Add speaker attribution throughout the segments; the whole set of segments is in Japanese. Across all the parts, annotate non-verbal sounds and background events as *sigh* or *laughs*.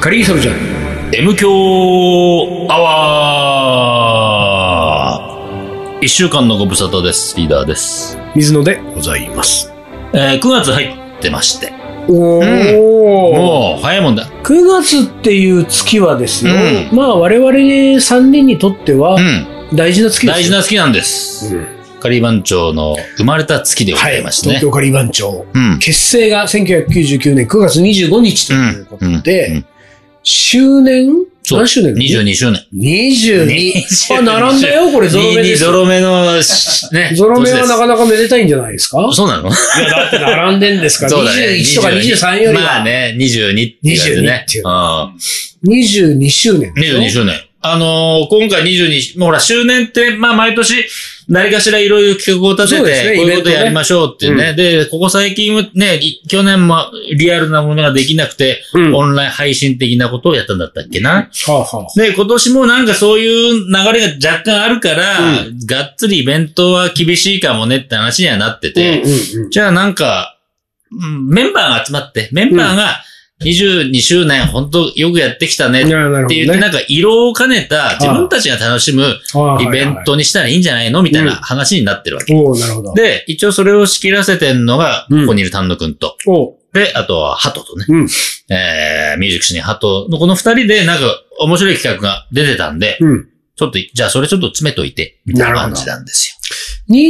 Speaker 1: カリーソルジャー
Speaker 2: M 強アワー一週間のご無沙汰です。リーダーです。
Speaker 3: 水野で。
Speaker 4: ございます。
Speaker 2: えー、9月入ってまして。
Speaker 3: おー。
Speaker 2: もう、早いもんだ。
Speaker 3: 9月っていう月はですよ。
Speaker 2: う
Speaker 3: まあ我々3人にとっては
Speaker 2: うん。
Speaker 3: 大事な月ですよ。
Speaker 2: 大事な月なんです。カリバン町の生まれた月でございましてね。
Speaker 3: 東京カリバン町。
Speaker 2: うん。
Speaker 3: 結成が1999年9月25日というこ
Speaker 2: うん
Speaker 3: とで、、周年
Speaker 2: そう
Speaker 3: 何周年だ
Speaker 2: 22周年。
Speaker 3: 22。あ、並んだよ、これ、ゾロ目
Speaker 2: に
Speaker 3: です
Speaker 2: にゾ
Speaker 3: よ。
Speaker 2: ロ目のし、ね。
Speaker 3: *laughs* ゾロ目はな
Speaker 2: か
Speaker 3: かなかめでたいんじゃないですか
Speaker 2: そうなの
Speaker 3: いや、だって並んでんですから、
Speaker 2: そうだね。
Speaker 3: 21とか23よりは。
Speaker 2: まあね、22っていうやつ
Speaker 3: 22っ
Speaker 2: ね
Speaker 3: ていう。
Speaker 2: うん。
Speaker 3: 22周年でしょ。
Speaker 2: 22周年。あのー今回22、もうほら、周年って、まあ、毎年、何かしらいろいろ企画を立て
Speaker 3: そう
Speaker 2: て、
Speaker 3: ですね
Speaker 2: こういう
Speaker 3: イベン
Speaker 2: こと
Speaker 3: トね
Speaker 2: やりましょうっていうね。で、ここ最近はね、い去年もリアルなものができなくて、
Speaker 3: うん
Speaker 2: オンライン配信的なことをやったんだったっけな。
Speaker 3: はあはあ
Speaker 2: で、今年もなんかそういう流れが若干あるから、がっつりイベントは厳しいかもねって話にはなってて、
Speaker 3: うんうん
Speaker 2: じゃあなんか、うんメンバーが集まって、メンバーが22周年、本当よくやってきたね
Speaker 3: いやなるほ
Speaker 2: って
Speaker 3: ど
Speaker 2: いう、
Speaker 3: ね。
Speaker 2: なんか色を兼ねた自分たちが楽しむ
Speaker 3: はい
Speaker 2: イ
Speaker 3: はい
Speaker 2: ベ
Speaker 3: はい
Speaker 2: ントにしたらいいんじゃないのみたいな
Speaker 3: うん
Speaker 2: 話になってるわけ。
Speaker 3: おおなるほど。
Speaker 2: で、一応それを仕切らせてんのが、
Speaker 3: うん
Speaker 2: ここにいる丹野くんと、
Speaker 3: おう
Speaker 2: で、あとはハトとね、
Speaker 3: うん
Speaker 2: えー、ミュージックシネハトのこの二人でなんか面白い企画が出てたんで、
Speaker 3: うん。
Speaker 2: ちょっと、じゃあそれちょっと詰めといて、みたいな感じなんです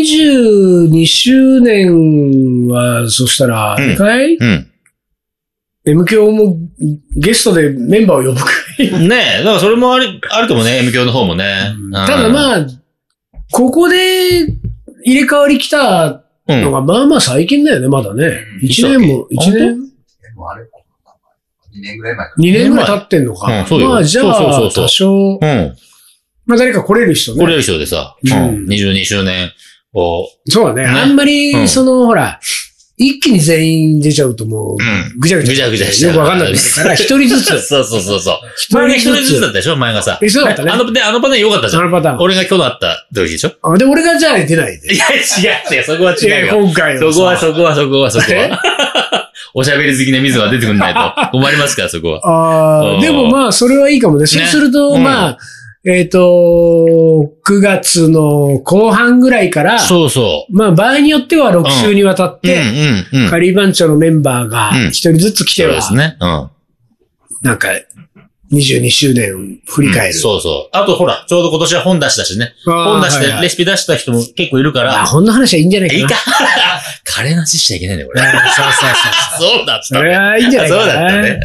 Speaker 3: 22周年は、そしたら、
Speaker 2: うん
Speaker 3: 一回
Speaker 2: よ。うん。
Speaker 3: M 響もゲストでメンバーを呼ぶか。
Speaker 2: ねえ、だからそれもある、あるかもね、M 教の方もね。
Speaker 3: ただ
Speaker 2: あ、
Speaker 3: まあ、ここで入れ替わり来た
Speaker 2: うん
Speaker 3: のが、まあまあ最近だよね、まだね。
Speaker 2: うん
Speaker 3: 1年も、
Speaker 2: いつだ
Speaker 3: 1
Speaker 2: っけ
Speaker 3: 年
Speaker 4: もうあれ、2年ぐらい前か
Speaker 3: ?2 年ぐらい経ってんのか。
Speaker 2: うんそうよ
Speaker 3: まあじゃ
Speaker 2: そうそ
Speaker 3: あ
Speaker 2: う、そうそう
Speaker 3: 多少、
Speaker 2: うん。
Speaker 3: まあ誰か来れる人
Speaker 2: これ
Speaker 3: ね。
Speaker 2: る賞でさ、う
Speaker 3: うん
Speaker 2: ん。22周年を、
Speaker 3: そうだね。
Speaker 2: ね
Speaker 3: あんま
Speaker 2: う
Speaker 3: り、
Speaker 2: ん
Speaker 3: その、ほら、一気に全員出ちゃうともう
Speaker 2: う、ん。
Speaker 3: ぐちゃぐちゃ。
Speaker 2: ぐちゃぐちゃして
Speaker 3: よくわかんなくなるから、一人ずつ。
Speaker 2: *laughs* そうそうそうそう。
Speaker 3: 一
Speaker 2: 前が一
Speaker 3: 人
Speaker 2: 人
Speaker 3: ず
Speaker 2: ずつだ
Speaker 3: つ。
Speaker 2: ったでしょ前がさ。
Speaker 3: え、そうだったね
Speaker 2: あ。の、で、あのパターン良かったじゃ
Speaker 3: そ
Speaker 2: ん。
Speaker 3: のパターン。
Speaker 2: 俺が今日会った時でしょ
Speaker 3: あ、で、俺がじゃあ出 *laughs* ないで。
Speaker 2: いや、違う違う、そこは違うよ。
Speaker 3: 今回
Speaker 2: そこは、
Speaker 3: さ
Speaker 2: そこは、そこは、そこは。 *laughs* おしゃべり好きな水が出てくんな
Speaker 3: *laughs*
Speaker 2: いと困りますから、そこは。
Speaker 3: あ
Speaker 2: う
Speaker 3: あ、
Speaker 2: ん
Speaker 3: でもまあ、それはいいかもね。そうすると、
Speaker 2: うん
Speaker 3: まあ、えっと、9月の後半ぐらいから、
Speaker 2: そうそ
Speaker 3: まあ、場合によっては6週にわたっ
Speaker 2: う。うん、
Speaker 3: て、
Speaker 2: うん、うん。
Speaker 3: カリー番長のメンバーが
Speaker 2: うん
Speaker 3: 一人ずつ来て
Speaker 2: そう
Speaker 3: は
Speaker 2: で、すね。うん。
Speaker 3: なんか、22周年振り返
Speaker 2: うん
Speaker 3: る。
Speaker 2: そうそう。あと、ほら、ちょうど今年は本出したしね。
Speaker 3: あー
Speaker 2: 本出し
Speaker 3: はいは
Speaker 2: て、
Speaker 3: い
Speaker 2: レシピ出した人も結構いるか
Speaker 3: あ、
Speaker 2: ら。
Speaker 3: ほんの話はいいんじゃないか
Speaker 2: いい
Speaker 3: な。
Speaker 2: か。カレーなししちゃいけないね、これ。
Speaker 3: そうそうそう。
Speaker 2: そうだっ
Speaker 3: そ
Speaker 2: た
Speaker 3: れ
Speaker 2: ね。
Speaker 3: はいいんじゃ
Speaker 2: そ
Speaker 3: な
Speaker 2: う
Speaker 3: いか
Speaker 2: だ
Speaker 3: な。
Speaker 2: ったね。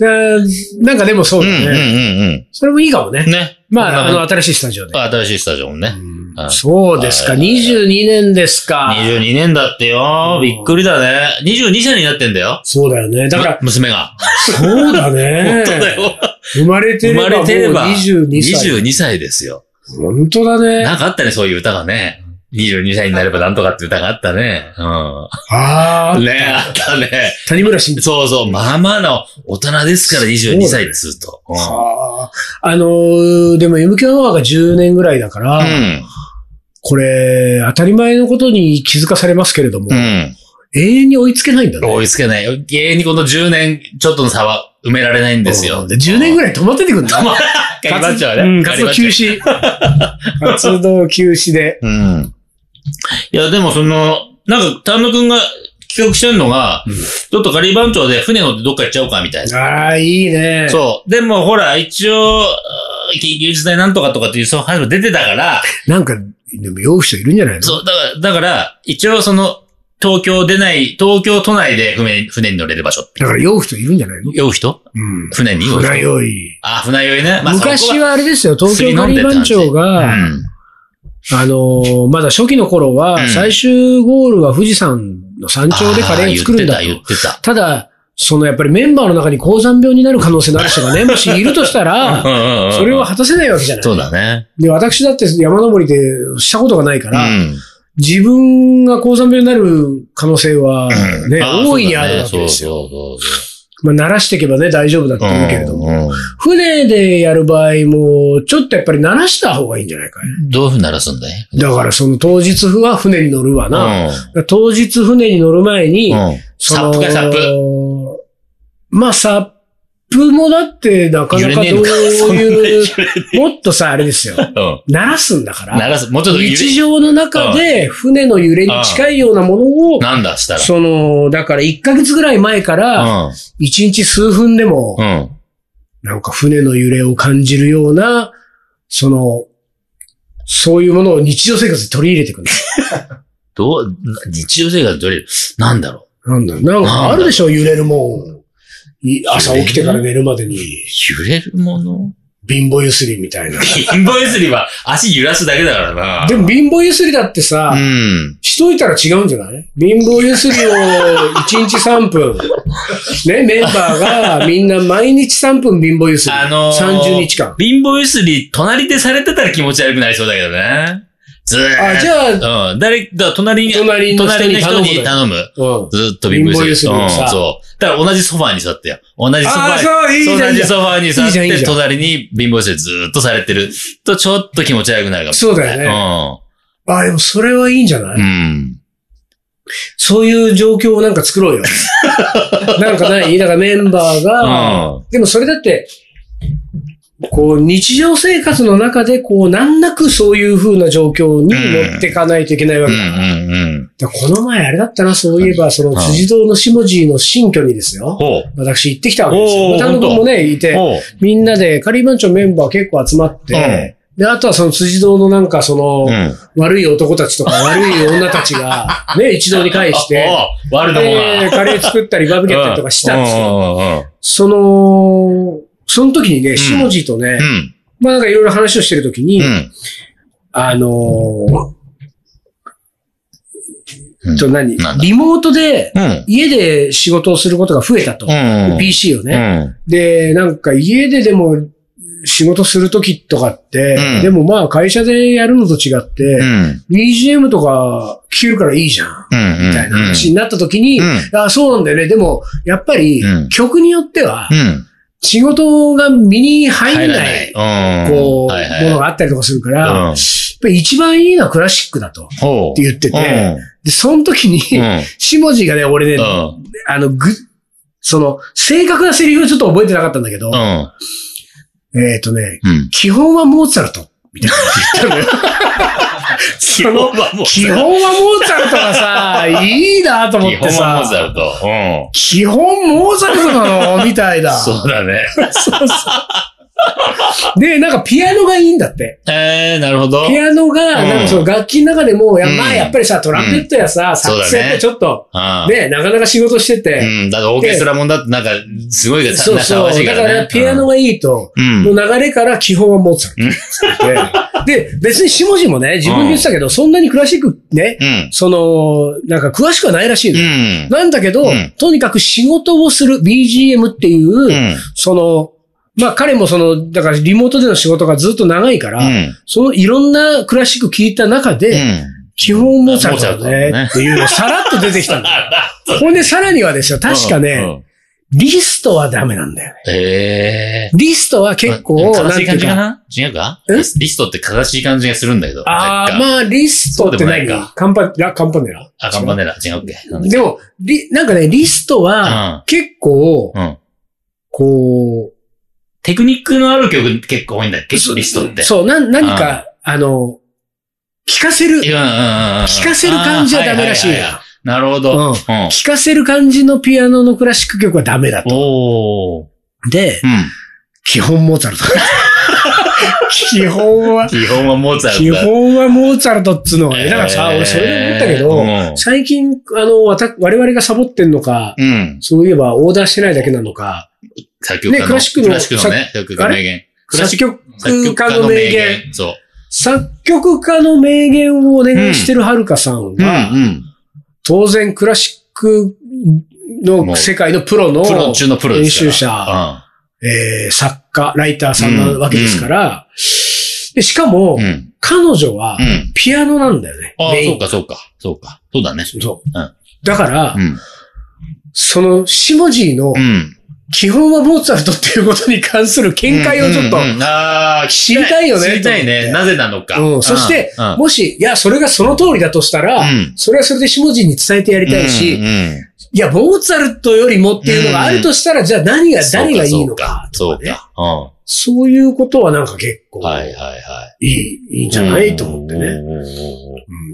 Speaker 3: うんなんかでもそう
Speaker 2: うん、
Speaker 3: だね。
Speaker 2: うん、うん、うん。
Speaker 3: それもいいかもね。
Speaker 2: ね。
Speaker 3: まあ、あ
Speaker 2: こん
Speaker 3: の、
Speaker 2: な
Speaker 3: 新しいスタジオで。
Speaker 2: 感じ新しいスタジオもね。うん
Speaker 3: そうですか、
Speaker 2: はい
Speaker 3: 22年ですか。
Speaker 2: 22年だってよ。びっくりだね。22歳になってんだよ。
Speaker 3: そうだよね。だから
Speaker 2: む、娘が。
Speaker 3: そうだ
Speaker 2: *laughs* 本
Speaker 3: ね。
Speaker 2: 当だよ。
Speaker 3: 生まれて
Speaker 2: 生
Speaker 3: れば
Speaker 2: まれてれば
Speaker 3: もう22歳。
Speaker 2: 22歳ですよ。
Speaker 3: 本当だね。
Speaker 2: なんかあったね、そういう歌がね。22歳になればなんとかって歌があったね。
Speaker 3: あ
Speaker 2: う
Speaker 3: あ、
Speaker 2: ん。ねあったね。
Speaker 3: 谷村新司。
Speaker 2: そうそう。まあまあの大人ですから、22歳っつうと。う
Speaker 3: あああのーでも MK アワーが10年ぐらいだから、
Speaker 2: ん。
Speaker 3: これ、当たり前のことに気づかされますけれども、
Speaker 2: うん。
Speaker 3: 永遠に追いつけないんだね。
Speaker 2: 追いつけない。芸にこの10年ちょっとの差は埋められないんですよ。
Speaker 3: で10年ぐらい止まっててくんだ。
Speaker 2: らい。ガリバッチョはね。
Speaker 3: うん
Speaker 2: ガ
Speaker 3: 活
Speaker 2: リ
Speaker 3: 動
Speaker 2: バッチョ
Speaker 3: 休止。
Speaker 2: *laughs*
Speaker 3: 活動休止で。
Speaker 2: うん。いや、でもその、なんか、丹野くんが企画してんのが、ちょっとカリー番長で船乗ってどっか行っちゃおうか、みたいな。
Speaker 3: ああ、いいね。
Speaker 2: そう。でも、ほら、一応、あー緊急事態なんとかとかっていう、その話も出てたから、
Speaker 3: なんか、でも酔う人いるんじゃないの
Speaker 2: そう、だから、だから、一応その、東京出ない、東京都内で船船に乗れる場所って。
Speaker 3: だから酔う人いるんじゃないの
Speaker 2: 酔う人
Speaker 3: うん。
Speaker 2: 船に酔う
Speaker 3: 船
Speaker 2: 人
Speaker 3: 酔い。
Speaker 2: あ、船酔いね。まあ、
Speaker 3: 昔
Speaker 2: は、
Speaker 3: はあれですよ、東京カリバン町
Speaker 2: う
Speaker 3: が、
Speaker 2: ん。
Speaker 3: あのーまだ初期の頃は、
Speaker 2: うん
Speaker 3: 最終ゴールは富士山の山頂でカレーを作るんだ
Speaker 2: あー
Speaker 3: と
Speaker 2: 言ってた、言ってた。
Speaker 3: ただ、そのやっぱりメンバーの中に高山病になる可能性のある人がね、もしいるとしたら、
Speaker 2: *laughs* うんうんうん
Speaker 3: それは、果たせないわけじゃない。
Speaker 2: そうだね。
Speaker 3: で、私だって山登りでしたことがないから、
Speaker 2: うん。
Speaker 3: 自分が高山病になる可能性は
Speaker 2: うん
Speaker 3: ね、
Speaker 2: あー
Speaker 3: 大いにあるわけですよ。
Speaker 2: そうだねそうそう
Speaker 3: まあ、慣らしていけばね、大丈夫だと
Speaker 2: そうそう
Speaker 3: 思うけれども。
Speaker 2: うんうん
Speaker 3: 船でやる場合も、ちょっとやっぱり慣らした方がいいんじゃないかい
Speaker 2: どういうふうに鳴らすんだい
Speaker 3: だからその当日は船に乗るわな。当日船に乗る前に、
Speaker 2: うん。うん。
Speaker 3: そ
Speaker 2: サッ
Speaker 3: の
Speaker 2: プかサップ。
Speaker 3: まあ、サップもだってなかなかどう
Speaker 2: 揺れねえ
Speaker 3: い
Speaker 2: の
Speaker 3: う、もっとさ、あれですよ。
Speaker 2: うん。
Speaker 3: 鳴らすんだから、
Speaker 2: 鳴らす。もうちょっと揺れ
Speaker 3: 日常の中で船の揺れに近いようなものを、
Speaker 2: なんだしたら。
Speaker 3: その、だから1ヶ月ぐらい前から、1日数分でも
Speaker 2: う、ん。うん。
Speaker 3: なんか船の揺れを感じるような、その、そういうものを日常生活に取り入れていくんです。
Speaker 2: どう、な日常生活どれ、なんだろ
Speaker 3: なんだろうなんかあるでしょ、揺れるもん。い朝
Speaker 2: 揺れる
Speaker 3: 起きてから寝るまでに、
Speaker 2: う。揺れるもの
Speaker 3: 貧乏ゆすりみたいな。
Speaker 2: 貧乏ゆすりは足揺らすだけだからな。
Speaker 3: でも貧乏ゆすりだってさ、
Speaker 2: うん。
Speaker 3: しといたら違うんじゃない貧乏ゆすりを1日3分。ね、メンバーがみんな毎日3分貧乏ゆすり。
Speaker 2: あのー
Speaker 3: 30日間。
Speaker 2: 貧乏ゆすり、隣でされてたら気持ち悪くなりそうだけどね。ずーっと。
Speaker 3: あ、じゃあ、
Speaker 2: うん。誰、だから隣に、
Speaker 3: 隣の人に頼む
Speaker 2: 隣の人に頼む。
Speaker 3: うん。
Speaker 2: ずーっと貧乏ゆすり。
Speaker 3: 貧乏
Speaker 2: う
Speaker 3: ゆ
Speaker 2: ん、
Speaker 3: すりをさ
Speaker 2: そう。だから同じソファーに座ってよ。同じソフ
Speaker 3: ああ、
Speaker 2: ァー
Speaker 3: そう、いい
Speaker 2: に。
Speaker 3: じ
Speaker 2: そう
Speaker 3: ゃん、
Speaker 2: 同
Speaker 3: いい
Speaker 2: じ
Speaker 3: じゃん。
Speaker 2: ソファーに座っ
Speaker 3: いいじゃんいい
Speaker 2: て、
Speaker 3: じゃん
Speaker 2: 隣に貧乏ゆすりずーっとされてると、ちょっと気持ち悪くなるかもし
Speaker 3: そうだ
Speaker 2: れ
Speaker 3: よ
Speaker 2: ない。
Speaker 3: ね。あ、でもそれはいいんじゃない、
Speaker 2: うん。
Speaker 3: そういう状況をなんか作ろうよ。 *laughs* なんかないだからメンバーが、
Speaker 2: うん。うん。
Speaker 3: でもそれだって、こう、日常生活の中で、こう、難なくそういう風な状況に持ってかないといけないわ
Speaker 2: う
Speaker 3: け
Speaker 2: ん
Speaker 3: だから。
Speaker 2: うんうん。
Speaker 3: だからこの前あれだったな、そういえば、その辻堂の下地の新居にですよ。
Speaker 2: ほう。
Speaker 3: 私行ってきたわけです
Speaker 2: お
Speaker 3: よ。
Speaker 2: ー
Speaker 3: 渡辺君もね、いて、
Speaker 2: ほう。
Speaker 3: みんなで、カリーマンチョメンバー結構集まって、で、あとはその辻堂のなんかその、
Speaker 2: うん。
Speaker 3: 悪い男たち
Speaker 2: *laughs*
Speaker 3: とか悪い女たちが、ね、一堂に会して、
Speaker 2: おう悪のも
Speaker 3: で
Speaker 2: が。
Speaker 3: カレー作ったりバーベキューやったりとかしたんですよ。
Speaker 2: よ。
Speaker 3: その、その時にね、下地とね
Speaker 2: う、ん。
Speaker 3: まあなんかいろいろ話をしてる時に、
Speaker 2: うん。
Speaker 3: あのー
Speaker 2: うん
Speaker 3: と何
Speaker 2: なんだ
Speaker 3: リモートで、
Speaker 2: うん。
Speaker 3: 家で仕事をすることが増えたと。
Speaker 2: うん。
Speaker 3: PC を
Speaker 2: う
Speaker 3: ね、
Speaker 2: ん。
Speaker 3: で、なんか家ででも仕事するときとかって、
Speaker 2: うん
Speaker 3: でもまあ会社でやるのと違って、
Speaker 2: うん。
Speaker 3: BGM とか聴けるからいいじゃん。
Speaker 2: うん。
Speaker 3: みたいな話になったときに、
Speaker 2: うん
Speaker 3: あそうなんだよね。でも、やっぱり
Speaker 2: うん、
Speaker 3: 曲によっては
Speaker 2: う、ん。
Speaker 3: 仕事が身に入んない、
Speaker 2: ない。うん。
Speaker 3: こう、
Speaker 2: はいはい
Speaker 3: ものがあったりとかするから、
Speaker 2: うん
Speaker 3: やっぱり一番いいのはクラシックだと。
Speaker 2: ほう。
Speaker 3: って言ってて、で、その時に、
Speaker 2: うん。
Speaker 3: 下地がね、俺ね、
Speaker 2: うん。
Speaker 3: あの、ぐ、その、正確なセリフをちょっと覚えてなかったんだけど、
Speaker 2: うん。
Speaker 3: えっ、とね、
Speaker 2: うん。
Speaker 3: 基本はモーツァルト、みたいなこと言ったのよ。
Speaker 2: 基
Speaker 3: その、
Speaker 2: はもう
Speaker 3: 基本はモーツァルトがさ、 *laughs* いいなと思っ
Speaker 2: 基
Speaker 3: て
Speaker 2: 本はモーツァ
Speaker 3: さ、
Speaker 2: ルト。うん。
Speaker 3: 基本モーツァルトなのみたいな。
Speaker 2: *laughs* そうだね。
Speaker 3: そうそうで、なんかピアノがいいんだって。
Speaker 2: えー、なるほど。
Speaker 3: ピアノが、
Speaker 2: うん
Speaker 3: なんかその楽器の中でも、や
Speaker 2: うん
Speaker 3: まあやっぱりさ、トランペットやさ、サックスやってちょっと、
Speaker 2: あ
Speaker 3: ね、なかなか仕事してて、
Speaker 2: うん。だってオーケストラもんだってなんか、すごいが
Speaker 3: そうそう。だから、ピアノがいいと、
Speaker 2: うん。
Speaker 3: の流れから基本はモーツァルトって言って。で、別に下地もね、自分で言ってたけど、そんなにクラシックね、
Speaker 2: うん。
Speaker 3: その、なんか詳しくはないらしいの
Speaker 2: う
Speaker 3: よ。
Speaker 2: ん。
Speaker 3: なんだけど
Speaker 2: うん、
Speaker 3: とにかく仕事をする BGM っていうう、
Speaker 2: ん。
Speaker 3: その、まあ彼もその、だからリモートでの仕事がずっと長いか
Speaker 2: う
Speaker 3: ら、
Speaker 2: ん。
Speaker 3: そのいろんなクラシック聞いた中で、基本モーツァルトだ
Speaker 2: モー
Speaker 3: ねっていうのをさらっと出てきたん *laughs* だよ。ほんでさらにはですよ、確かね、。リストはダメなんだよね。
Speaker 2: ええ。
Speaker 3: リストは結構、
Speaker 2: 悲
Speaker 3: な
Speaker 2: し
Speaker 3: んて
Speaker 2: い
Speaker 3: い
Speaker 2: 感
Speaker 3: う
Speaker 2: じ
Speaker 3: か
Speaker 2: か、な違うか
Speaker 3: え
Speaker 2: リスリストって悲しい感じがするんだけど。
Speaker 3: あ
Speaker 2: 若
Speaker 3: あ、
Speaker 2: 干
Speaker 3: まあ、リストって
Speaker 2: そう
Speaker 3: 何
Speaker 2: でもない
Speaker 3: かカンパ、ラ、カンパネラ
Speaker 2: あ、カンパネラ。違うっけなんだっけ
Speaker 3: でも、リ、なんかね、リスト
Speaker 2: うん
Speaker 3: は、結構、
Speaker 2: うん
Speaker 3: こ
Speaker 2: テクニックのある曲結構多いんだよ。
Speaker 3: う、
Speaker 2: 結構リストって。
Speaker 3: そう、な、何か、あの、聞かせる、
Speaker 2: うんうんうんうん
Speaker 3: 聞かせる感じはダメらしい
Speaker 2: あーははは
Speaker 3: な。
Speaker 2: なるほど。
Speaker 3: うん
Speaker 2: うん
Speaker 3: 聞かせる感じのピアノのクラシック曲はダメだと。
Speaker 2: おー。
Speaker 3: で、
Speaker 2: うん。
Speaker 3: 基本モーツァルト。 *laughs* 基本は、
Speaker 2: 基本はモーツァルト。
Speaker 3: 基本はモーツァルトっつうのがね、だからさ、
Speaker 2: えー
Speaker 3: 俺それで思ったけど、
Speaker 2: うん
Speaker 3: 最近、あの、わた、我々がサボってんのか、
Speaker 2: うん。
Speaker 3: そういえばオーダーしてないだけなのか、
Speaker 2: 作曲家の。
Speaker 3: ねクラシックの
Speaker 2: クラシックのね、作曲家の名言。クラシ
Speaker 3: 作
Speaker 2: ック
Speaker 3: 曲家の名言。。
Speaker 2: そう。
Speaker 3: 作曲家の名言をお願いしてるはるかさん
Speaker 2: うん
Speaker 3: は、
Speaker 2: うん。
Speaker 3: 当然クラシックの世界のプロの
Speaker 2: プロ中のプロですから。
Speaker 3: 編集者えー作家、ライターさんなわけですから、でしかも
Speaker 2: うん。う、ん。
Speaker 3: 彼女は
Speaker 2: うん。
Speaker 3: ピアノなんだよね。
Speaker 2: ああ、
Speaker 3: メイン
Speaker 2: そうか、そうか。そうか。そうだね。
Speaker 3: そう
Speaker 2: うん
Speaker 3: だから
Speaker 2: う、ん。
Speaker 3: その、下地の
Speaker 2: うん。
Speaker 3: 基本はモーツァルトっていうことに関する見解をちょっと
Speaker 2: うんうんうんああ、
Speaker 3: 知りたいよね
Speaker 2: 知りたい
Speaker 3: と思
Speaker 2: ね。
Speaker 3: って
Speaker 2: なぜなのか。
Speaker 3: うんそして
Speaker 2: うん、
Speaker 3: もし、いや、それがその通りだとしたら、
Speaker 2: うん
Speaker 3: それはそれで下地に伝えてやりたいし、
Speaker 2: うんうん
Speaker 3: いや、モーツァルトよりもっていうのがあるとしたら、じゃあ何が、
Speaker 2: そうか
Speaker 3: 誰がいいのか
Speaker 2: そう
Speaker 3: とかね
Speaker 2: か。うん。
Speaker 3: そういうことはなんか結構、
Speaker 2: はいはい
Speaker 3: い、
Speaker 2: はい。
Speaker 3: いい、いんじゃないと思ってね。
Speaker 2: うんうんうんうん。
Speaker 3: うん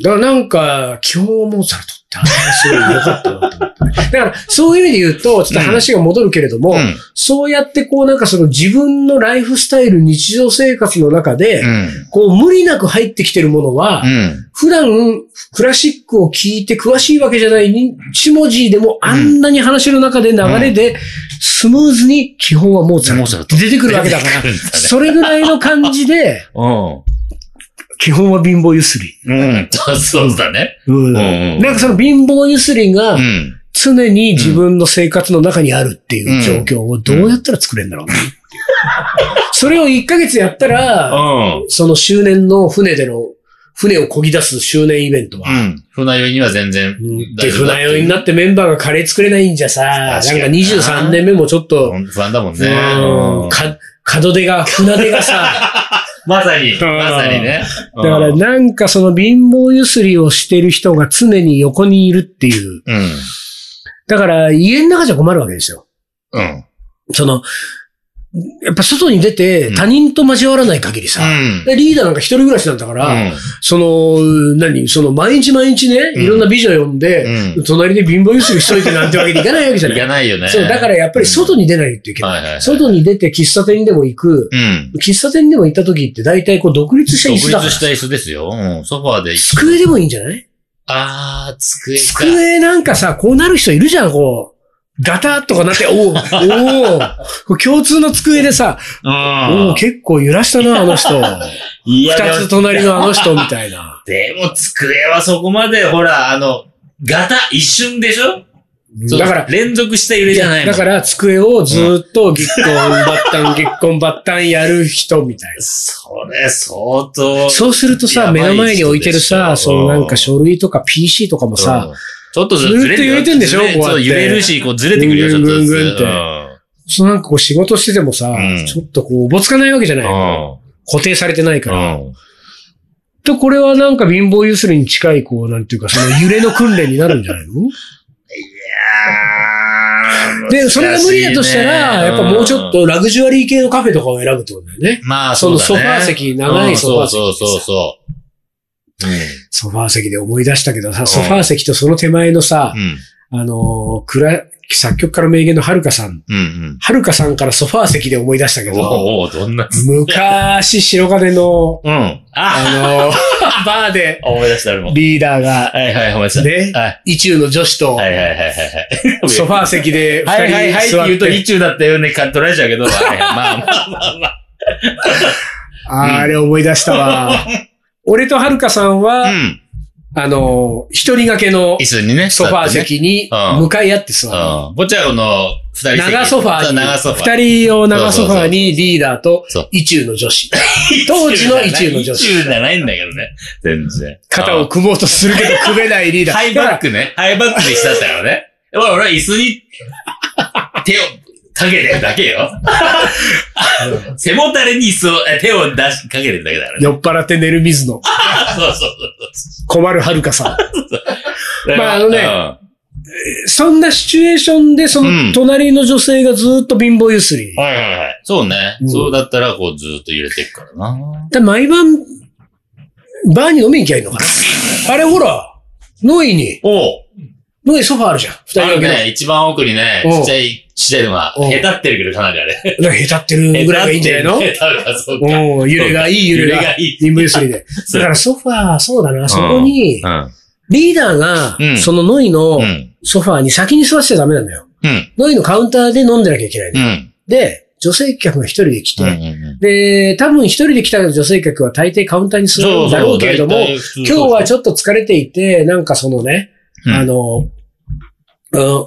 Speaker 3: だからなんか、基本モーツァルトってあれがすごい良かったなと思ってね。だから、そういう意味で言うと、ちょっと話が戻るけれども、
Speaker 2: うん
Speaker 3: そうやってこうなんかその自分のライフスタイル、日常生活の中で、
Speaker 2: うん。
Speaker 3: こう無理なく入ってきてるものは、
Speaker 2: うん。
Speaker 3: 普段クラシックを聞いて詳しいわけじゃないに、チモジーでもあんなに話の中で流れで、スムーズに基本はモーツァル
Speaker 2: モーツァルト
Speaker 3: ト出てくるわけだから、
Speaker 2: うん。
Speaker 3: それぐらいの感じで、基本は貧乏ゆすり。
Speaker 2: うん。そうだね。
Speaker 3: うん
Speaker 2: うんうん
Speaker 3: なんかその貧乏ゆすりが
Speaker 2: うん。
Speaker 3: 常に自分の生活の中にあるっていう状況をどうやったら作れるんだろうねっていうそれを1ヶ月やったら、
Speaker 2: うん。
Speaker 3: その周年の船での、船を漕ぎ出す周年イベントは
Speaker 2: う、ん。船酔いには全然
Speaker 3: で、船酔いになってメンバーがカレー作れないんじゃさ、なん
Speaker 2: 確
Speaker 3: か
Speaker 2: かに
Speaker 3: 23年目もちょっと、
Speaker 2: 不安だもんね。
Speaker 3: うんか、門出が、船出がさ、
Speaker 2: まさに、
Speaker 3: ん
Speaker 2: まさにね。
Speaker 3: だから
Speaker 2: うん、
Speaker 3: なんかその貧乏ゆすりをしてる人が常に横にいるっていう。
Speaker 2: うん。
Speaker 3: だから家の中じゃ困るわけですよ。
Speaker 2: うん。
Speaker 3: その、やっぱ外に出て
Speaker 2: うん
Speaker 3: 他人と交わらない限りさ、
Speaker 2: うん。
Speaker 3: でリーダーなんか一人暮らしなんだから、その、何その毎日毎日ね、
Speaker 2: うん
Speaker 3: いろんな美女呼んで、
Speaker 2: うん。
Speaker 3: 隣で貧乏ゆすりしといてなんてわけにいかないわけじゃない
Speaker 2: いかないよね。
Speaker 3: そう、だからやっぱり外に出ないっていうけど、
Speaker 2: はいはいはい
Speaker 3: 外に出て喫茶店にでも行く、
Speaker 2: うん。
Speaker 3: 喫茶店にでも行った時って大体こう独立した
Speaker 2: 独
Speaker 3: 椅
Speaker 2: 立
Speaker 3: 子だから。
Speaker 2: した椅子ですよ。うん。ソファーで。
Speaker 3: 机でもいいんじゃない
Speaker 2: あー、机か。
Speaker 3: 机なんかさ、こうなる人いるじゃん、こう。ガタッとかなって、おおおおこう共通の机でさ、お
Speaker 2: う
Speaker 3: お
Speaker 2: ん。
Speaker 3: 結構揺らしたな、あの人。二
Speaker 2: いや、で
Speaker 3: つ
Speaker 2: も、
Speaker 3: 隣のあの人みたいな。
Speaker 2: でも机はそこまで、ほら、あの、ガタ、一瞬でしょ *laughs* そう
Speaker 3: だから、
Speaker 2: 連続した揺れじゃないも
Speaker 3: だ
Speaker 2: ん
Speaker 3: から机をずーっとぎっこんばったん、ぎっこんばったんやる人みたいな。
Speaker 2: それ、相当。
Speaker 3: そうするとさ、
Speaker 2: やばい
Speaker 3: 目
Speaker 2: 人
Speaker 3: の前に置いてるさ、
Speaker 2: でしょ
Speaker 3: そのなんか書類とか PC とかもさ
Speaker 2: う、ん、ちょっとずれ
Speaker 3: ずっと揺れてんでしょ
Speaker 2: ずれ
Speaker 3: こうやっ
Speaker 2: そ
Speaker 3: て
Speaker 2: う、揺れるし、こうずれてくるよ、ちょっとずつ。
Speaker 3: ぐんぐんぐんってそのなんかこう仕事しててもさ
Speaker 2: うん、
Speaker 3: ちょっとこう、おぼつかないわけじゃない。固定されてないから。
Speaker 2: うん。うん。
Speaker 3: と、これはなんか貧乏ゆすりに近い、こう、なんていうか、その
Speaker 2: *laughs*
Speaker 3: 揺れの訓練になるんじゃないので、それが無理だとしたら、やっぱもうちょっ
Speaker 2: と。
Speaker 3: とラグジュアリー系のカフェとかを選ぶってことだよね。
Speaker 2: まあ、
Speaker 3: そのソファー
Speaker 2: そうだね
Speaker 3: 席長いソファー席
Speaker 2: うんそうそうそうそう。
Speaker 3: ソファー席で思い出したけどさ、
Speaker 2: ん
Speaker 3: ソファー席とその手前のさ
Speaker 2: う、ん。
Speaker 3: あのー、くら、作曲家の名言のはるかさん。
Speaker 2: うん。うん。
Speaker 3: はるかさんからソファー席で思い出したけ
Speaker 2: うん。
Speaker 3: ど、
Speaker 2: おーおーどんな。
Speaker 3: 昔、白金の、
Speaker 2: うん。あ
Speaker 3: あのー、 *laughs* バーで、
Speaker 2: 思い出した、俺も。
Speaker 3: リーダーが、
Speaker 2: はいはい、思い出した。
Speaker 3: ね、
Speaker 2: はい。
Speaker 3: 意中の女子と
Speaker 2: は、いはいはいはいはい。
Speaker 3: ソファー席で
Speaker 2: は
Speaker 3: 二
Speaker 2: いはいはいって
Speaker 3: 人座っ
Speaker 2: 言うと、
Speaker 3: て、
Speaker 2: 一中だったよね、取られちゃうけど、はいまあまあまあまあ。
Speaker 3: あーあれ思い出したわ。俺とはるかさんは、
Speaker 2: うん。
Speaker 3: あの、一人掛けの
Speaker 2: 椅子にね。
Speaker 3: ソファー
Speaker 2: 座ってね。
Speaker 3: 席に
Speaker 2: うん
Speaker 3: 向かい合って座る。
Speaker 2: うん。こっちはこの、二人席。
Speaker 3: 長ソファー
Speaker 2: そう
Speaker 3: に、
Speaker 2: 長ソファ
Speaker 3: 二
Speaker 2: ー。
Speaker 3: 人用長ソファーにリーダーと
Speaker 2: そう、
Speaker 3: 意中の女
Speaker 2: *laughs*
Speaker 3: 子。当時の意中の女
Speaker 2: 一中
Speaker 3: 子。
Speaker 2: じゃないんだけどね。全然。
Speaker 3: 肩
Speaker 2: う
Speaker 3: を
Speaker 2: ん
Speaker 3: 組もうとするけど、組めないリーダー。
Speaker 2: ハイ
Speaker 3: だか
Speaker 2: バッ
Speaker 3: ら
Speaker 2: クね。ハイバックでしたったよね。俺俺は椅子に手をかけてるだけよ。背もたれに椅子を、え手を出し、かけてるだけだからね。
Speaker 3: 酔っ払って寝る水野。
Speaker 2: そうそう
Speaker 3: 困るはるかさん。
Speaker 2: そう。
Speaker 3: まああのね
Speaker 2: う
Speaker 3: そんなシチュエーションで、そうの
Speaker 2: ん
Speaker 3: 隣の女性がずっと貧乏ゆすり
Speaker 2: ん。。はいはいはい。そうね
Speaker 3: う。ん
Speaker 2: そうだったら、こうずっと揺れてるからな。
Speaker 3: で毎晩、バーに飲みに行きゃいいのかなあれほら、ノイに、
Speaker 2: おう
Speaker 3: ノイソファーあるじゃん。二人
Speaker 2: あ
Speaker 3: だ
Speaker 2: の
Speaker 3: けの。
Speaker 2: ね、一番奥にね、
Speaker 3: うん
Speaker 2: ちっちゃい、ちっちゃいのが、
Speaker 3: うん
Speaker 2: へたってるけど、かなりあれ。
Speaker 3: なんか下手ってるぐらいがいいんじゃないの
Speaker 2: へたるか、そうか。
Speaker 3: うん、揺れがいい揺
Speaker 2: 揺
Speaker 3: れ
Speaker 2: れ
Speaker 3: が。
Speaker 2: がいい。
Speaker 3: 貧乏ゆすりで。
Speaker 2: そ
Speaker 3: だ
Speaker 2: う
Speaker 3: からソファー、そうだな、そこに
Speaker 2: う、ん。
Speaker 3: リーダーが
Speaker 2: う、ん
Speaker 3: そのノイの
Speaker 2: うん。
Speaker 3: ソファーに先に座っちゃダメなんだよ。
Speaker 2: うん。
Speaker 3: ノイのカウンターで飲んでなきゃいけない
Speaker 2: うん。う
Speaker 3: の。
Speaker 2: ん
Speaker 3: で、女性客が一人で来
Speaker 2: うん
Speaker 3: て、
Speaker 2: うん。
Speaker 3: で、多分一人で来た女性客は大抵カウンターに座るんだろうけれども、
Speaker 2: 今
Speaker 3: 今日は
Speaker 2: ょ
Speaker 3: ちょっと疲れていて、なんかそのね、
Speaker 2: うん
Speaker 3: あの、うん、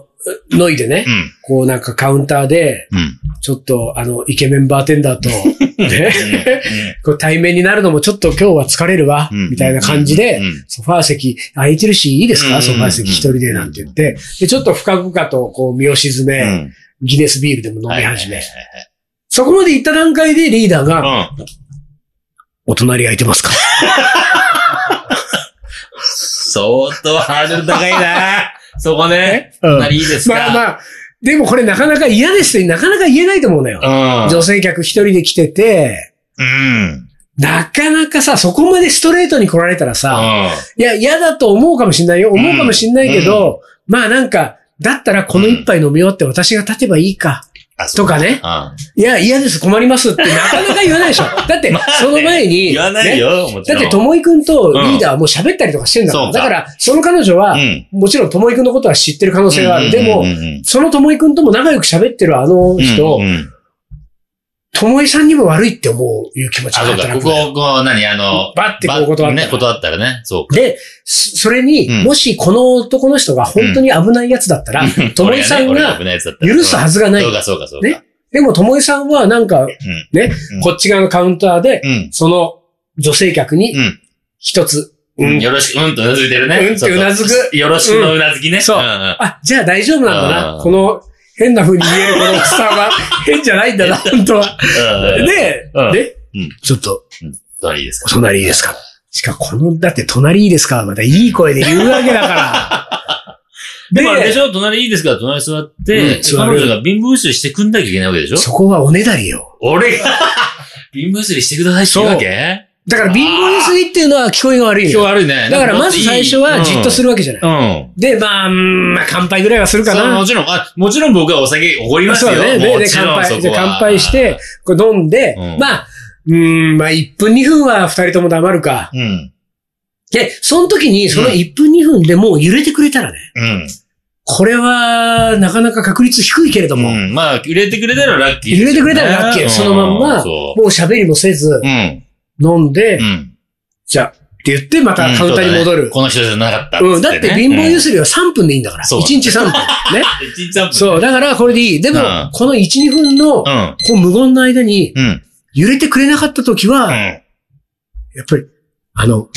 Speaker 3: ノイでね
Speaker 2: う、ん。
Speaker 3: こうなんかカウンターで、
Speaker 2: うん。
Speaker 3: ちょっとあの、イケメンバーテンダー
Speaker 2: *laughs*
Speaker 3: と、ね、 *laughs* こう対面になるのもちょっと今日は疲れるわ、
Speaker 2: うん
Speaker 3: みたいな感じ
Speaker 2: う
Speaker 3: で、
Speaker 2: ん
Speaker 3: ソファー席空いてるし、いいです
Speaker 2: う
Speaker 3: か
Speaker 2: ん
Speaker 3: ソファー席一人でなんて言って、で、ちょっと深々とこう身を沈
Speaker 2: う
Speaker 3: め、
Speaker 2: ん。
Speaker 3: ギネスビールでも飲
Speaker 2: は
Speaker 3: み
Speaker 2: いはい
Speaker 3: 始
Speaker 2: はい
Speaker 3: め、そこまで行った段階でリーダーが、
Speaker 2: はいうん。
Speaker 3: お隣空いてますか *laughs*
Speaker 2: 相当ハードル高いなそこね。
Speaker 3: う
Speaker 2: そん
Speaker 3: ん
Speaker 2: なにいいですか
Speaker 3: まあまあ、でもこれなかなか嫌ですってなかなか言えないと思うのよ。
Speaker 2: うん。
Speaker 3: 女性客一人で来てて、
Speaker 2: うん。
Speaker 3: なかなかさ、そこまでストレートに来られたらさ、いや、嫌だと思うかもしんないよ。思うかもしんないけど、まあなんか、だったらこの一杯飲み終わって私が立てばいいか、とかね。
Speaker 2: うん。
Speaker 3: いや、嫌です、困りますってなかなか言わないでしょ。だって
Speaker 2: *laughs* まあね、
Speaker 3: その前に、
Speaker 2: 言わない
Speaker 3: ね
Speaker 2: よ、もち
Speaker 3: だ
Speaker 2: ろ
Speaker 3: っ
Speaker 2: ん。
Speaker 3: て、ともいくんとリーダーはもう喋ったりとかしてんだから。
Speaker 2: そうか
Speaker 3: だから、その彼女は
Speaker 2: う、ん。
Speaker 3: もちろんともいくんのことは知ってる可能性がある。で
Speaker 2: う
Speaker 3: も
Speaker 2: んう、んうん
Speaker 3: そのともいくんとも仲良く喋ってるあの人
Speaker 2: うんう、ん
Speaker 3: ともいさんにも悪いって思ういう気持ち
Speaker 2: あ、
Speaker 3: が
Speaker 2: そうか、
Speaker 3: 働
Speaker 2: こ
Speaker 3: くのよ。
Speaker 2: こ、こう、何、あの、
Speaker 3: バッてこう断ったら
Speaker 2: ね、断ったらね、そうか。
Speaker 3: で、そそれに、
Speaker 2: うん
Speaker 3: もしこの男の人が本当に危ないやつだったら、ともいさん
Speaker 2: 俺ね
Speaker 3: が
Speaker 2: 俺危ないやつだったら
Speaker 3: 許すはずがない
Speaker 2: そう。か、そうか、そうか。
Speaker 3: ねでも、ともいさんはなんか、
Speaker 2: うん
Speaker 3: ね
Speaker 2: うん、
Speaker 3: こっち側のカウンターで、
Speaker 2: うん。
Speaker 3: その女性客
Speaker 2: う
Speaker 3: に
Speaker 2: ん
Speaker 3: 一つ、
Speaker 2: う
Speaker 3: うん
Speaker 2: ん。よろしく、うんとうなずいてるね。
Speaker 3: うんってうなずく。
Speaker 2: よろしくのうなずきね。
Speaker 3: そうん
Speaker 2: ん
Speaker 3: あ、じゃあ大丈夫なんだ
Speaker 2: う
Speaker 3: な。
Speaker 2: ん
Speaker 3: この変な風に見えるこのおっさん
Speaker 2: *laughs*
Speaker 3: は変じゃないんだな、本当は。
Speaker 2: うん。
Speaker 3: で、
Speaker 2: うん
Speaker 3: で
Speaker 2: うん、
Speaker 3: ちょっと、
Speaker 2: どういいです
Speaker 3: お
Speaker 2: か
Speaker 3: 隣いいですかしかも、この、だって隣いいですかまたいい声で言うわけだから。
Speaker 2: *laughs* でもあれでしょ隣いいですから隣座って、
Speaker 3: うん
Speaker 2: 彼
Speaker 3: 座る
Speaker 2: 女が貧乏ゆすりしてくんなきゃいけないわけでしょ
Speaker 3: そこはおねだりよ。
Speaker 2: 俺が貧乏ゆすりしてくださいって言うわけ
Speaker 3: だから貧乏ゆすりっていうのは聞こえが悪いの
Speaker 2: 今
Speaker 3: よ
Speaker 2: 日悪いね。
Speaker 3: だからまず最初はじっとす
Speaker 2: る。
Speaker 3: るわけじゃない。
Speaker 2: うん。
Speaker 3: で、まあ、うんまあ乾杯ぐらいはするか
Speaker 2: そう
Speaker 3: な
Speaker 2: も。ちろん、あ、もちろん僕はお酒おごりますよ。
Speaker 3: そうね。で、
Speaker 2: も
Speaker 3: で
Speaker 2: ち
Speaker 3: 乾
Speaker 2: ろんそ
Speaker 3: 杯。
Speaker 2: こ
Speaker 3: で、
Speaker 2: は。
Speaker 3: 乾杯して、こう飲んで、
Speaker 2: うん
Speaker 3: まあ、うーん、まあ、1分2分は2人とも黙るか。
Speaker 2: うん。
Speaker 3: で、その時に、その1分2分でもう揺れてくれたらね、
Speaker 2: うん。
Speaker 3: これは、なかなか確率低いけれども、
Speaker 2: うん。まあ、入れてくれたらラッキー。
Speaker 3: 揺れてくれたらラッキー。
Speaker 2: うん
Speaker 3: そのまんま、
Speaker 2: そ
Speaker 3: もう喋りもせず
Speaker 2: う。う、ん。
Speaker 3: 飲んで、
Speaker 2: うん。
Speaker 3: じゃあ、って言って、またカウンターに戻
Speaker 2: うんそうだね
Speaker 3: る。
Speaker 2: この人じゃなかった
Speaker 3: うん、だって貧乏ゆ
Speaker 2: す
Speaker 3: すりは3分でいいんだから。
Speaker 2: そう
Speaker 3: 1日3分。ね。
Speaker 2: り。うん一日三分
Speaker 3: そう、だからこれでいい。でも
Speaker 2: うん、
Speaker 3: この1、2分の、こ
Speaker 2: うん。
Speaker 3: う無言の間に、
Speaker 2: うん。
Speaker 3: 揺れてくれなかった時は、
Speaker 2: うん。
Speaker 3: やっぱり、あの、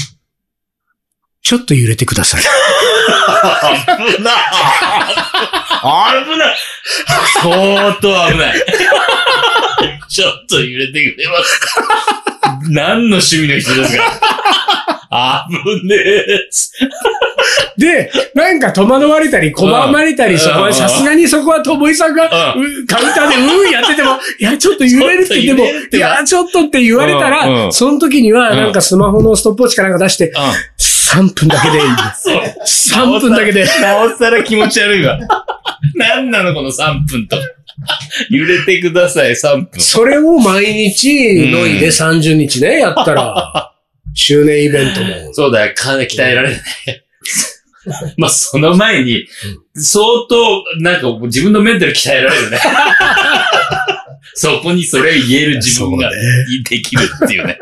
Speaker 3: ちょっと揺れてください。
Speaker 2: 危ない危ない相当危ない。ちょっと揺れてくれますか何の趣味の人ですか危ねえ。
Speaker 3: で、なんか戸惑われたり、拒まれた
Speaker 2: う
Speaker 3: り、
Speaker 2: ん
Speaker 3: そこ
Speaker 2: う
Speaker 3: は
Speaker 2: ん
Speaker 3: さすがにそこはともいさんが、
Speaker 2: う
Speaker 3: うカウンターでうんやってて
Speaker 2: *laughs*
Speaker 3: も、いや、ちょっと揺れるって言って
Speaker 2: ちょっと揺れるっ
Speaker 3: も、
Speaker 2: て
Speaker 3: いや、ちょっとって言われた
Speaker 2: うんう
Speaker 3: ら、
Speaker 2: ん
Speaker 3: その時には、
Speaker 2: うん
Speaker 3: なんかスマホのストップウォッチかなんか出して、
Speaker 2: うん。
Speaker 3: 3分だけでいい。
Speaker 2: そう。
Speaker 3: 3分だけで。
Speaker 2: なおさら気持ち悪いわ。何なのこの3分と。揺れてください、3分。
Speaker 3: それを毎日、のいで
Speaker 2: うん
Speaker 3: 30日ね、やった
Speaker 2: *laughs*
Speaker 3: ら、周年イベントも。
Speaker 2: そうだよ、体鍛えられない。 *laughs* まあ、その前に、相当、なんか自分のメンタル鍛えられ *laughs* るね。そこにそれを言える自分が
Speaker 3: そう
Speaker 2: できるっていうね。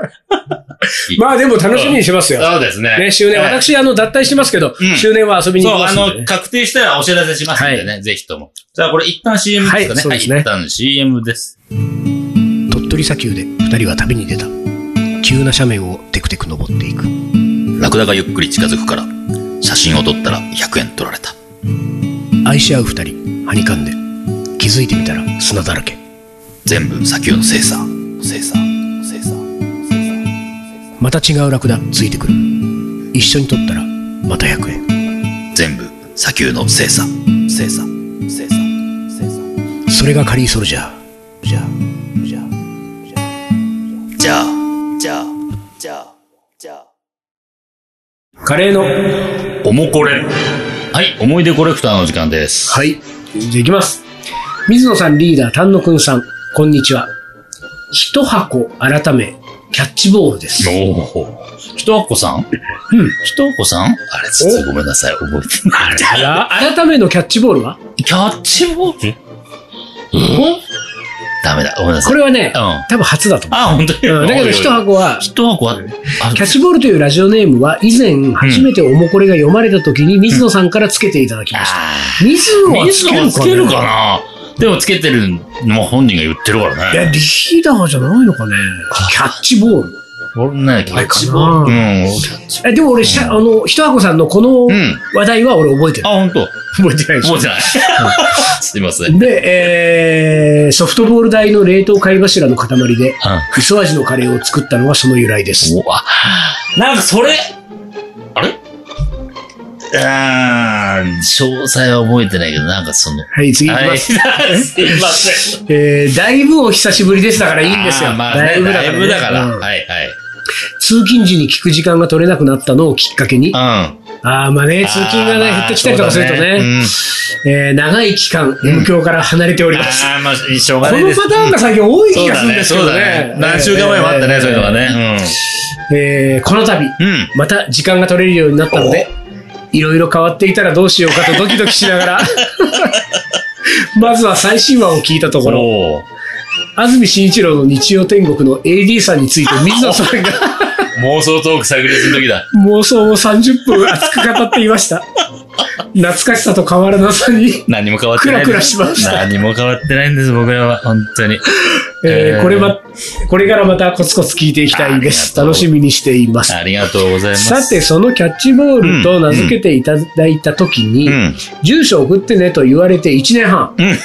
Speaker 3: まあでも楽しみにしますよ。
Speaker 2: そうですね。
Speaker 3: ね、周年。
Speaker 2: はい
Speaker 3: 私、あの、脱退してますけど
Speaker 2: うん、
Speaker 3: 周年は遊びに
Speaker 2: そ
Speaker 3: 行
Speaker 2: う、
Speaker 3: きま
Speaker 2: あ
Speaker 3: すんで
Speaker 2: の、
Speaker 3: ね。
Speaker 2: 確定したらお知らせしますんでね、ぜひとも。じゃあ、これ一旦 CM ですか
Speaker 3: はい
Speaker 2: ね。
Speaker 3: そうですね
Speaker 2: 一旦 CM です。
Speaker 3: 鳥取砂丘で2人は旅に出た急な斜面をテクテク登っていく
Speaker 2: ラクダがゆっくり近づくから、写真を撮ったら100円取られた。
Speaker 3: 愛し合う2人はにかんで気づいてみたら砂だらけ
Speaker 2: 全部砂丘の精査。精査。精査。
Speaker 3: また違うラクダついてくる一緒に撮ったらまた100円
Speaker 2: 全部砂丘の精査。精査。精査。精査。
Speaker 3: それがカリーソルジャーじゃあじゃあ
Speaker 2: じゃあ、じゃあ、じゃあ、じゃ
Speaker 3: カレーのは
Speaker 2: あ。おもこれ。はい、思い出コレクターの時間です。い。
Speaker 3: いじゃあいきます水野さんリーダー丹野くんさんこんにちは一箱改めキャッチボールです
Speaker 2: おお。ひとあこさん
Speaker 3: うん
Speaker 2: ひとあこさんあれ、ちょっとごめんなさい、覚えてない。
Speaker 3: あら改めのキャッチボールは
Speaker 2: キャッチボールうんダメだ、ごめんなさい。
Speaker 3: これはね
Speaker 2: うん。あ、
Speaker 3: 多分初だと思
Speaker 2: 本当に。
Speaker 3: う、うん、だけど一箱は
Speaker 2: ひとあこは、あ
Speaker 3: キャッチボールというラジオネームは以前初めておもこれが読まれた時に水野さんからつけていただきました。
Speaker 2: あ
Speaker 3: 水野
Speaker 2: ー
Speaker 3: は
Speaker 2: 水野がつ
Speaker 3: つ
Speaker 2: け
Speaker 3: け
Speaker 2: る
Speaker 3: る
Speaker 2: か
Speaker 3: かな
Speaker 2: なでもつけてるのは本人が言ってるから
Speaker 3: いや、
Speaker 2: ね。
Speaker 3: リーダーじゃないのかね。キャッチボール。
Speaker 2: 俺ね、キャッチボール。うん。キャッチ
Speaker 3: えでも俺、しゃあの、ひとあこさんのこの
Speaker 2: うん。
Speaker 3: 話題は俺覚えてる
Speaker 2: あ、。本当。
Speaker 3: 覚えてないでし
Speaker 2: 覚
Speaker 3: ょ
Speaker 2: えてない。 *laughs* すいません。
Speaker 3: で、えー、ソフトボール大の冷凍貝柱の塊で、
Speaker 2: う
Speaker 3: 磯味のカレーを作ったのがその由来です。
Speaker 2: ん。うわ。なんかそれ、あれあー詳細は覚えてないけど、なんかその。
Speaker 3: はい、次行き
Speaker 2: は
Speaker 3: ま
Speaker 2: い、
Speaker 3: す。
Speaker 2: すいません。
Speaker 3: えー、だいぶお久しぶりですだからいいんですよ。
Speaker 2: あーまあ、だいぶだから,、だから
Speaker 3: うん
Speaker 2: はい
Speaker 3: 通勤時に聞く時間が取れなくなったのをきっかけに。あ
Speaker 2: はい。うん。
Speaker 3: あー、まあね、通勤がね、
Speaker 2: あー
Speaker 3: 減ってきたりとかすると
Speaker 2: そうだ
Speaker 3: ね、
Speaker 2: うん
Speaker 3: えー長い期間、M 教から離れております。
Speaker 2: ああ、まあ、しょう
Speaker 3: こ
Speaker 2: がない
Speaker 3: の
Speaker 2: です。
Speaker 3: パターンが最近多い
Speaker 2: そ
Speaker 3: 気
Speaker 2: う
Speaker 3: がす
Speaker 2: だ
Speaker 3: るんで
Speaker 2: ね、
Speaker 3: すけど
Speaker 2: そう
Speaker 3: ね。
Speaker 2: だね。何週間前もあったね、そういうのがね。
Speaker 3: えー。えーこの度、
Speaker 2: うん。うん。
Speaker 3: また時間が取れるようになったので、いろいろ変わっていたらどうしようかとドキドキしな
Speaker 2: *laughs*
Speaker 3: がら、まずは最新話を聞いたところ、
Speaker 2: おー
Speaker 3: 安住紳一郎の日曜天国の AD さんについて水野さんが
Speaker 2: 妄想トーク炸裂の時だ。
Speaker 3: 妄想を30分熱く語っていました。懐かしさと変わらなさに、
Speaker 2: 何も変わって
Speaker 3: ク
Speaker 2: ない
Speaker 3: ラ
Speaker 2: です。
Speaker 3: クラしました。
Speaker 2: 何も変わってないんです、僕らは。本当に。
Speaker 3: え
Speaker 2: え
Speaker 3: ー
Speaker 2: ー
Speaker 3: これは、これからまたコツコツ聞いていきたいです。
Speaker 2: ありがとう
Speaker 3: 楽しみにしています。
Speaker 2: ありがとうございます。
Speaker 3: さて、そのキャッチボールと名付けていただいたときに、
Speaker 2: うん。
Speaker 3: 住所送ってねと言われて1年半。
Speaker 2: うん。ね、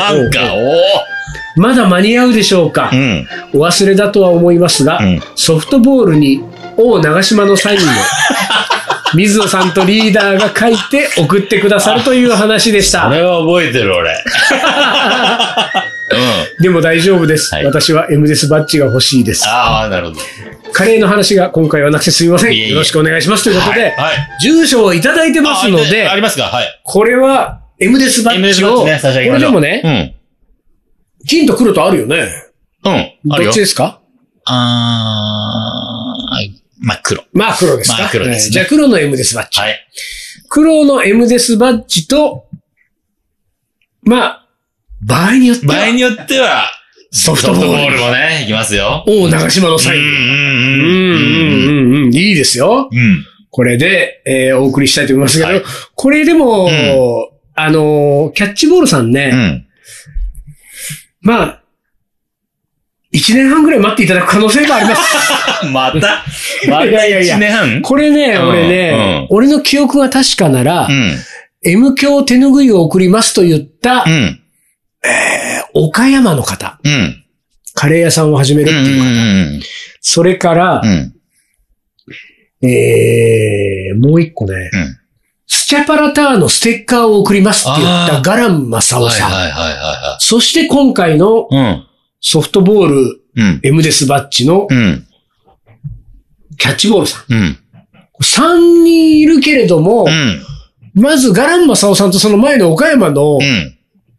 Speaker 2: アンカー、お
Speaker 3: *laughs* まだ間に合うでしょうか、
Speaker 2: ーうん。
Speaker 3: お忘れだとは思いますが、
Speaker 2: うん
Speaker 3: ソフトボールに王長島のサインを
Speaker 2: *laughs*
Speaker 3: 水野さんとリーダーが書いて送ってくださるという話でし
Speaker 2: あ
Speaker 3: た。
Speaker 2: れは覚えてる、俺。うん。
Speaker 3: でも大丈夫です。
Speaker 2: はい
Speaker 3: 私は M デスバッジが欲しいです。
Speaker 2: ああ、なるほど。
Speaker 3: カレーの話が今回はなくてすみません。
Speaker 2: いえいえ
Speaker 3: よろしくお願いしますということで、
Speaker 2: はい。
Speaker 3: 住所をいただいてますので
Speaker 2: あ、りますかはい。
Speaker 3: これは M デスバッジを、
Speaker 2: ね、差し上げ
Speaker 3: こ
Speaker 2: ま
Speaker 3: れ
Speaker 2: し
Speaker 3: で
Speaker 2: ょう。
Speaker 3: もね、金と黒とあるよね。
Speaker 2: うん。うん。あ
Speaker 3: どっ
Speaker 2: るよ
Speaker 3: ち。ですか
Speaker 2: あー、真っ黒。
Speaker 3: まあ黒ですか。
Speaker 2: まあ黒ですね
Speaker 3: えーじゃあ黒の M デスバッジ。
Speaker 2: はい。
Speaker 3: 黒の M デスバッジと、まあ、場合によって
Speaker 2: 場合
Speaker 3: は
Speaker 2: によっては、
Speaker 3: ソフ
Speaker 2: ソ
Speaker 3: ト
Speaker 2: フ
Speaker 3: ボ
Speaker 2: トボ
Speaker 3: ー
Speaker 2: ー
Speaker 3: ル。
Speaker 2: ルもね、いきますよ。
Speaker 3: お長島の
Speaker 2: う
Speaker 3: サイン。うんん
Speaker 2: うんうん。
Speaker 3: うんうんうん。いいですよ。
Speaker 2: うん。
Speaker 3: これで、えーお送りしたいと思いますけど、
Speaker 2: はい
Speaker 3: これでも、
Speaker 2: うん
Speaker 3: あのーキャッチボールさんね、
Speaker 2: うん。
Speaker 3: まあ、一年半ぐらい待っていただく可能性があり
Speaker 2: *laughs*
Speaker 3: ます。
Speaker 2: また、また
Speaker 3: いやいやいや
Speaker 2: 1年半
Speaker 3: これね、
Speaker 2: うん
Speaker 3: 俺ね、俺の記憶が確かなら、
Speaker 2: う
Speaker 3: M 教手拭いを送りますと言った、
Speaker 2: ん。うん。
Speaker 3: 岡山の方、
Speaker 2: うん。
Speaker 3: カレー屋さんを始めるっ
Speaker 2: う
Speaker 3: て
Speaker 2: ん
Speaker 3: いう方、それから
Speaker 2: うん。う、ん。
Speaker 3: えー、もう一個ね、
Speaker 2: うん
Speaker 3: スチャパラターのステッカーを送りますって言った
Speaker 2: あー
Speaker 3: ガランマサオ
Speaker 2: はい
Speaker 3: さん。
Speaker 2: はいはいは
Speaker 3: そして今回の
Speaker 2: いはい。
Speaker 3: ソフトボール
Speaker 2: うん。うん。
Speaker 3: M デスバッジの
Speaker 2: うん。
Speaker 3: キャッチボールさん。
Speaker 2: うん。
Speaker 3: 3人いるけれども、
Speaker 2: うん。
Speaker 3: まずガランマサオさんとその前の岡山の
Speaker 2: うん。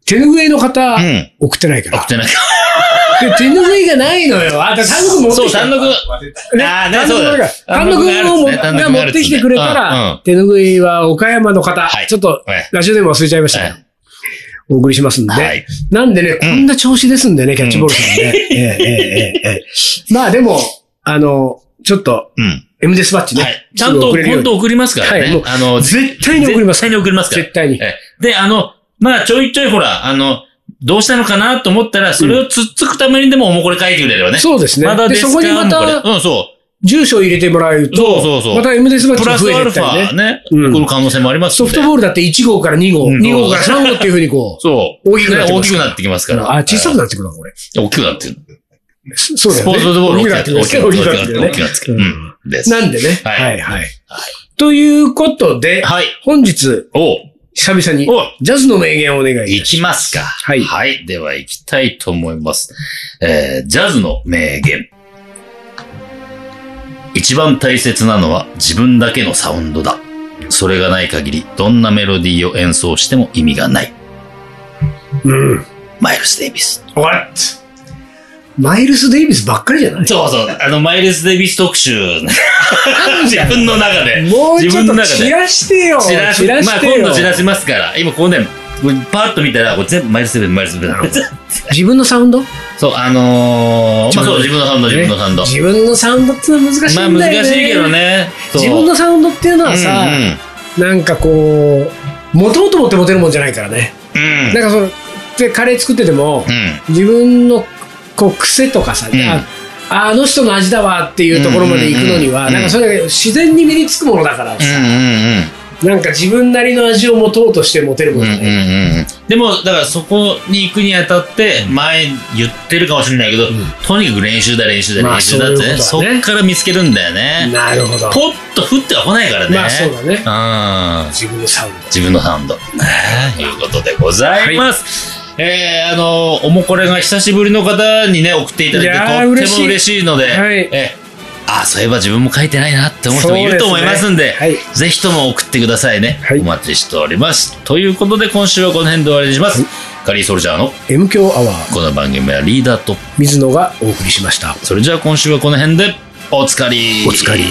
Speaker 3: 手拭いの方、
Speaker 2: うん。
Speaker 3: 送ってないから
Speaker 2: 送っ。てない。
Speaker 3: で手拭いがないのよ。あ、だ単独持って
Speaker 2: そう、
Speaker 3: きた
Speaker 2: 単独。
Speaker 3: ね
Speaker 2: あーね
Speaker 3: 単独
Speaker 2: そうだ
Speaker 3: が単独を
Speaker 2: 単独
Speaker 3: も
Speaker 2: があるんですね
Speaker 3: が持ってきてくれた
Speaker 2: うんう
Speaker 3: ら
Speaker 2: ん、
Speaker 3: 手拭いは岡山の方
Speaker 2: は、い
Speaker 3: ちょっと
Speaker 2: はい
Speaker 3: ラジオでも忘れちゃいましたけど
Speaker 2: は
Speaker 3: お送りしますん
Speaker 2: は
Speaker 3: で
Speaker 2: い。
Speaker 3: なんでね、こんな調子ですんでね、キャッチボール
Speaker 2: *laughs*
Speaker 3: さんね。ええええええまあでも、あの、ちょっと、
Speaker 2: うん。
Speaker 3: M デスバッチ
Speaker 2: は
Speaker 3: ね
Speaker 2: い。。ちゃん
Speaker 3: すぐ
Speaker 2: と、
Speaker 3: 送れるよう
Speaker 2: 本
Speaker 3: に
Speaker 2: 当送りますから
Speaker 3: はいもう
Speaker 2: ね。あの、
Speaker 3: 絶対に送ります
Speaker 2: 絶対に送りますから。
Speaker 3: 絶対に。
Speaker 2: ええで、あの、まあちょいちょいほら、あの、どうしたのかなと思ったら、それをつっつくためにでもおもこれ書いてくれればね。
Speaker 3: そうです
Speaker 2: ま
Speaker 3: ね。
Speaker 2: だ
Speaker 3: で、
Speaker 2: です
Speaker 3: そ
Speaker 2: か
Speaker 3: こにま
Speaker 2: おも
Speaker 3: た
Speaker 2: これうん、そ
Speaker 3: 住所を入れてもらう
Speaker 2: う。そうそ
Speaker 3: と、
Speaker 2: うそう。
Speaker 3: また M デスバッチ
Speaker 2: プ
Speaker 3: が
Speaker 2: ラス
Speaker 3: 増え
Speaker 2: ア
Speaker 3: て
Speaker 2: ル
Speaker 3: っ
Speaker 2: フ
Speaker 3: たりね
Speaker 2: ァ。ね、
Speaker 3: うん
Speaker 2: 来る可能性もあります
Speaker 3: ソフトボールだって1号から2号、
Speaker 2: うん
Speaker 3: 2号から3号っていうふうにこう。
Speaker 2: そう。
Speaker 3: 大きくなってきます
Speaker 2: ね大きくなってきますから。
Speaker 3: あ、小さくなってくるな、これ。
Speaker 2: えー大きくなってる。
Speaker 3: そそうだ
Speaker 2: ス
Speaker 3: よ
Speaker 2: ポ
Speaker 3: ね。
Speaker 2: ーツボール
Speaker 3: 大き
Speaker 2: 大
Speaker 3: く
Speaker 2: きく
Speaker 3: な
Speaker 2: な
Speaker 3: っ
Speaker 2: ってて
Speaker 3: くる。
Speaker 2: る。
Speaker 3: 大きくなっ
Speaker 2: 大きくなってる。大き
Speaker 3: て
Speaker 2: くなって
Speaker 3: くる
Speaker 2: る。
Speaker 3: ね。
Speaker 2: うん。です。
Speaker 3: なんでね。
Speaker 2: はい
Speaker 3: はい、はい。ということで、
Speaker 2: はい。
Speaker 3: 本日、
Speaker 2: お
Speaker 3: 久々に、
Speaker 2: お
Speaker 3: ジャズの名言をお願いし
Speaker 2: い
Speaker 3: ます。
Speaker 2: きますか。はいはい。では行きたいと思います。えー、ジャズの名言。一番大切なのは自分だけのサウンドだ。それがない限り、どんなメロディーを演奏しても意味がない。
Speaker 3: うん。
Speaker 2: マイルス・デイビス。
Speaker 3: What? マイルス・デイビスばっかりじゃない
Speaker 2: そうそう。あの、マイルス・デイビス特集。 *laughs* 自分の中で。
Speaker 3: もうち
Speaker 2: 自
Speaker 3: ょっ
Speaker 2: 分の
Speaker 3: と
Speaker 2: 中で
Speaker 3: 散らしてよ。
Speaker 2: 散らす。
Speaker 3: 散ら
Speaker 2: まあ、
Speaker 3: してよ
Speaker 2: 今度散らしますから。今、ここね、これパーッと見たら、これ全部マイルス・デイビス、マイルス・デイ *laughs* ビス。
Speaker 3: 自分のサウンド
Speaker 2: そう、あのー、まあそう、自分のサウンド、自分のサウンド。
Speaker 3: 自分のサウンドってのは難しいんだ
Speaker 2: まあ
Speaker 3: よね。
Speaker 2: 難しいけど。ね。そう
Speaker 3: 自分のサウンドっていうのはさ、
Speaker 2: う
Speaker 3: なんかこう、持とうと思って持てるもんじゃないからね。
Speaker 2: んうん。うん
Speaker 3: なんかその、で、カレー作ってても、
Speaker 2: うん
Speaker 3: 自分のこう癖とかさ、
Speaker 2: うん
Speaker 3: ああの人の味だわっていうところまで行くのには、
Speaker 2: うんうんう
Speaker 3: な
Speaker 2: ん
Speaker 3: んかそれが自然に身につくものだから
Speaker 2: う
Speaker 3: さ、
Speaker 2: んうんうん
Speaker 3: なんか自分なりの味を持とうとして持てる
Speaker 2: うん
Speaker 3: も
Speaker 2: うんんう
Speaker 3: ね。
Speaker 2: ん。でも、だからそこに行くにあたって、前言ってるかもしれないけど、
Speaker 3: ん
Speaker 2: とにかく練習だ、練習だ、
Speaker 3: まあ
Speaker 2: 練習だってね、
Speaker 3: そ
Speaker 2: そ
Speaker 3: いうこと
Speaker 2: う
Speaker 3: だね
Speaker 2: っから見つけるんだよね。
Speaker 3: なるほど。
Speaker 2: ポッと降っては来ないからね。
Speaker 3: まあそうだね。
Speaker 2: うん。
Speaker 3: 自分のサウンド。
Speaker 2: 自分のサ
Speaker 3: *laughs*
Speaker 2: ウンド。ねということでございます。えー、あの、おもこれが久しぶりの方にね、送っていた
Speaker 3: い
Speaker 2: だ
Speaker 3: やー
Speaker 2: いて、と
Speaker 3: 嬉
Speaker 2: って
Speaker 3: し
Speaker 2: も
Speaker 3: い
Speaker 2: 嬉しいので、
Speaker 3: はい
Speaker 2: えああ、そういえば自分も書いてないなって思う人もいると思いますんで、
Speaker 3: そうですね
Speaker 2: ぜひとも送ってくださいね。
Speaker 3: はい
Speaker 2: お待ちしております。ということで、今週はこの辺で終わりにします。カリーソルジャーの
Speaker 3: M 強アワー、
Speaker 2: この番組はリーダーと、
Speaker 3: 水野がお送りしました。
Speaker 2: それじゃあ今週はこの辺で、おつかり。
Speaker 3: おつかり。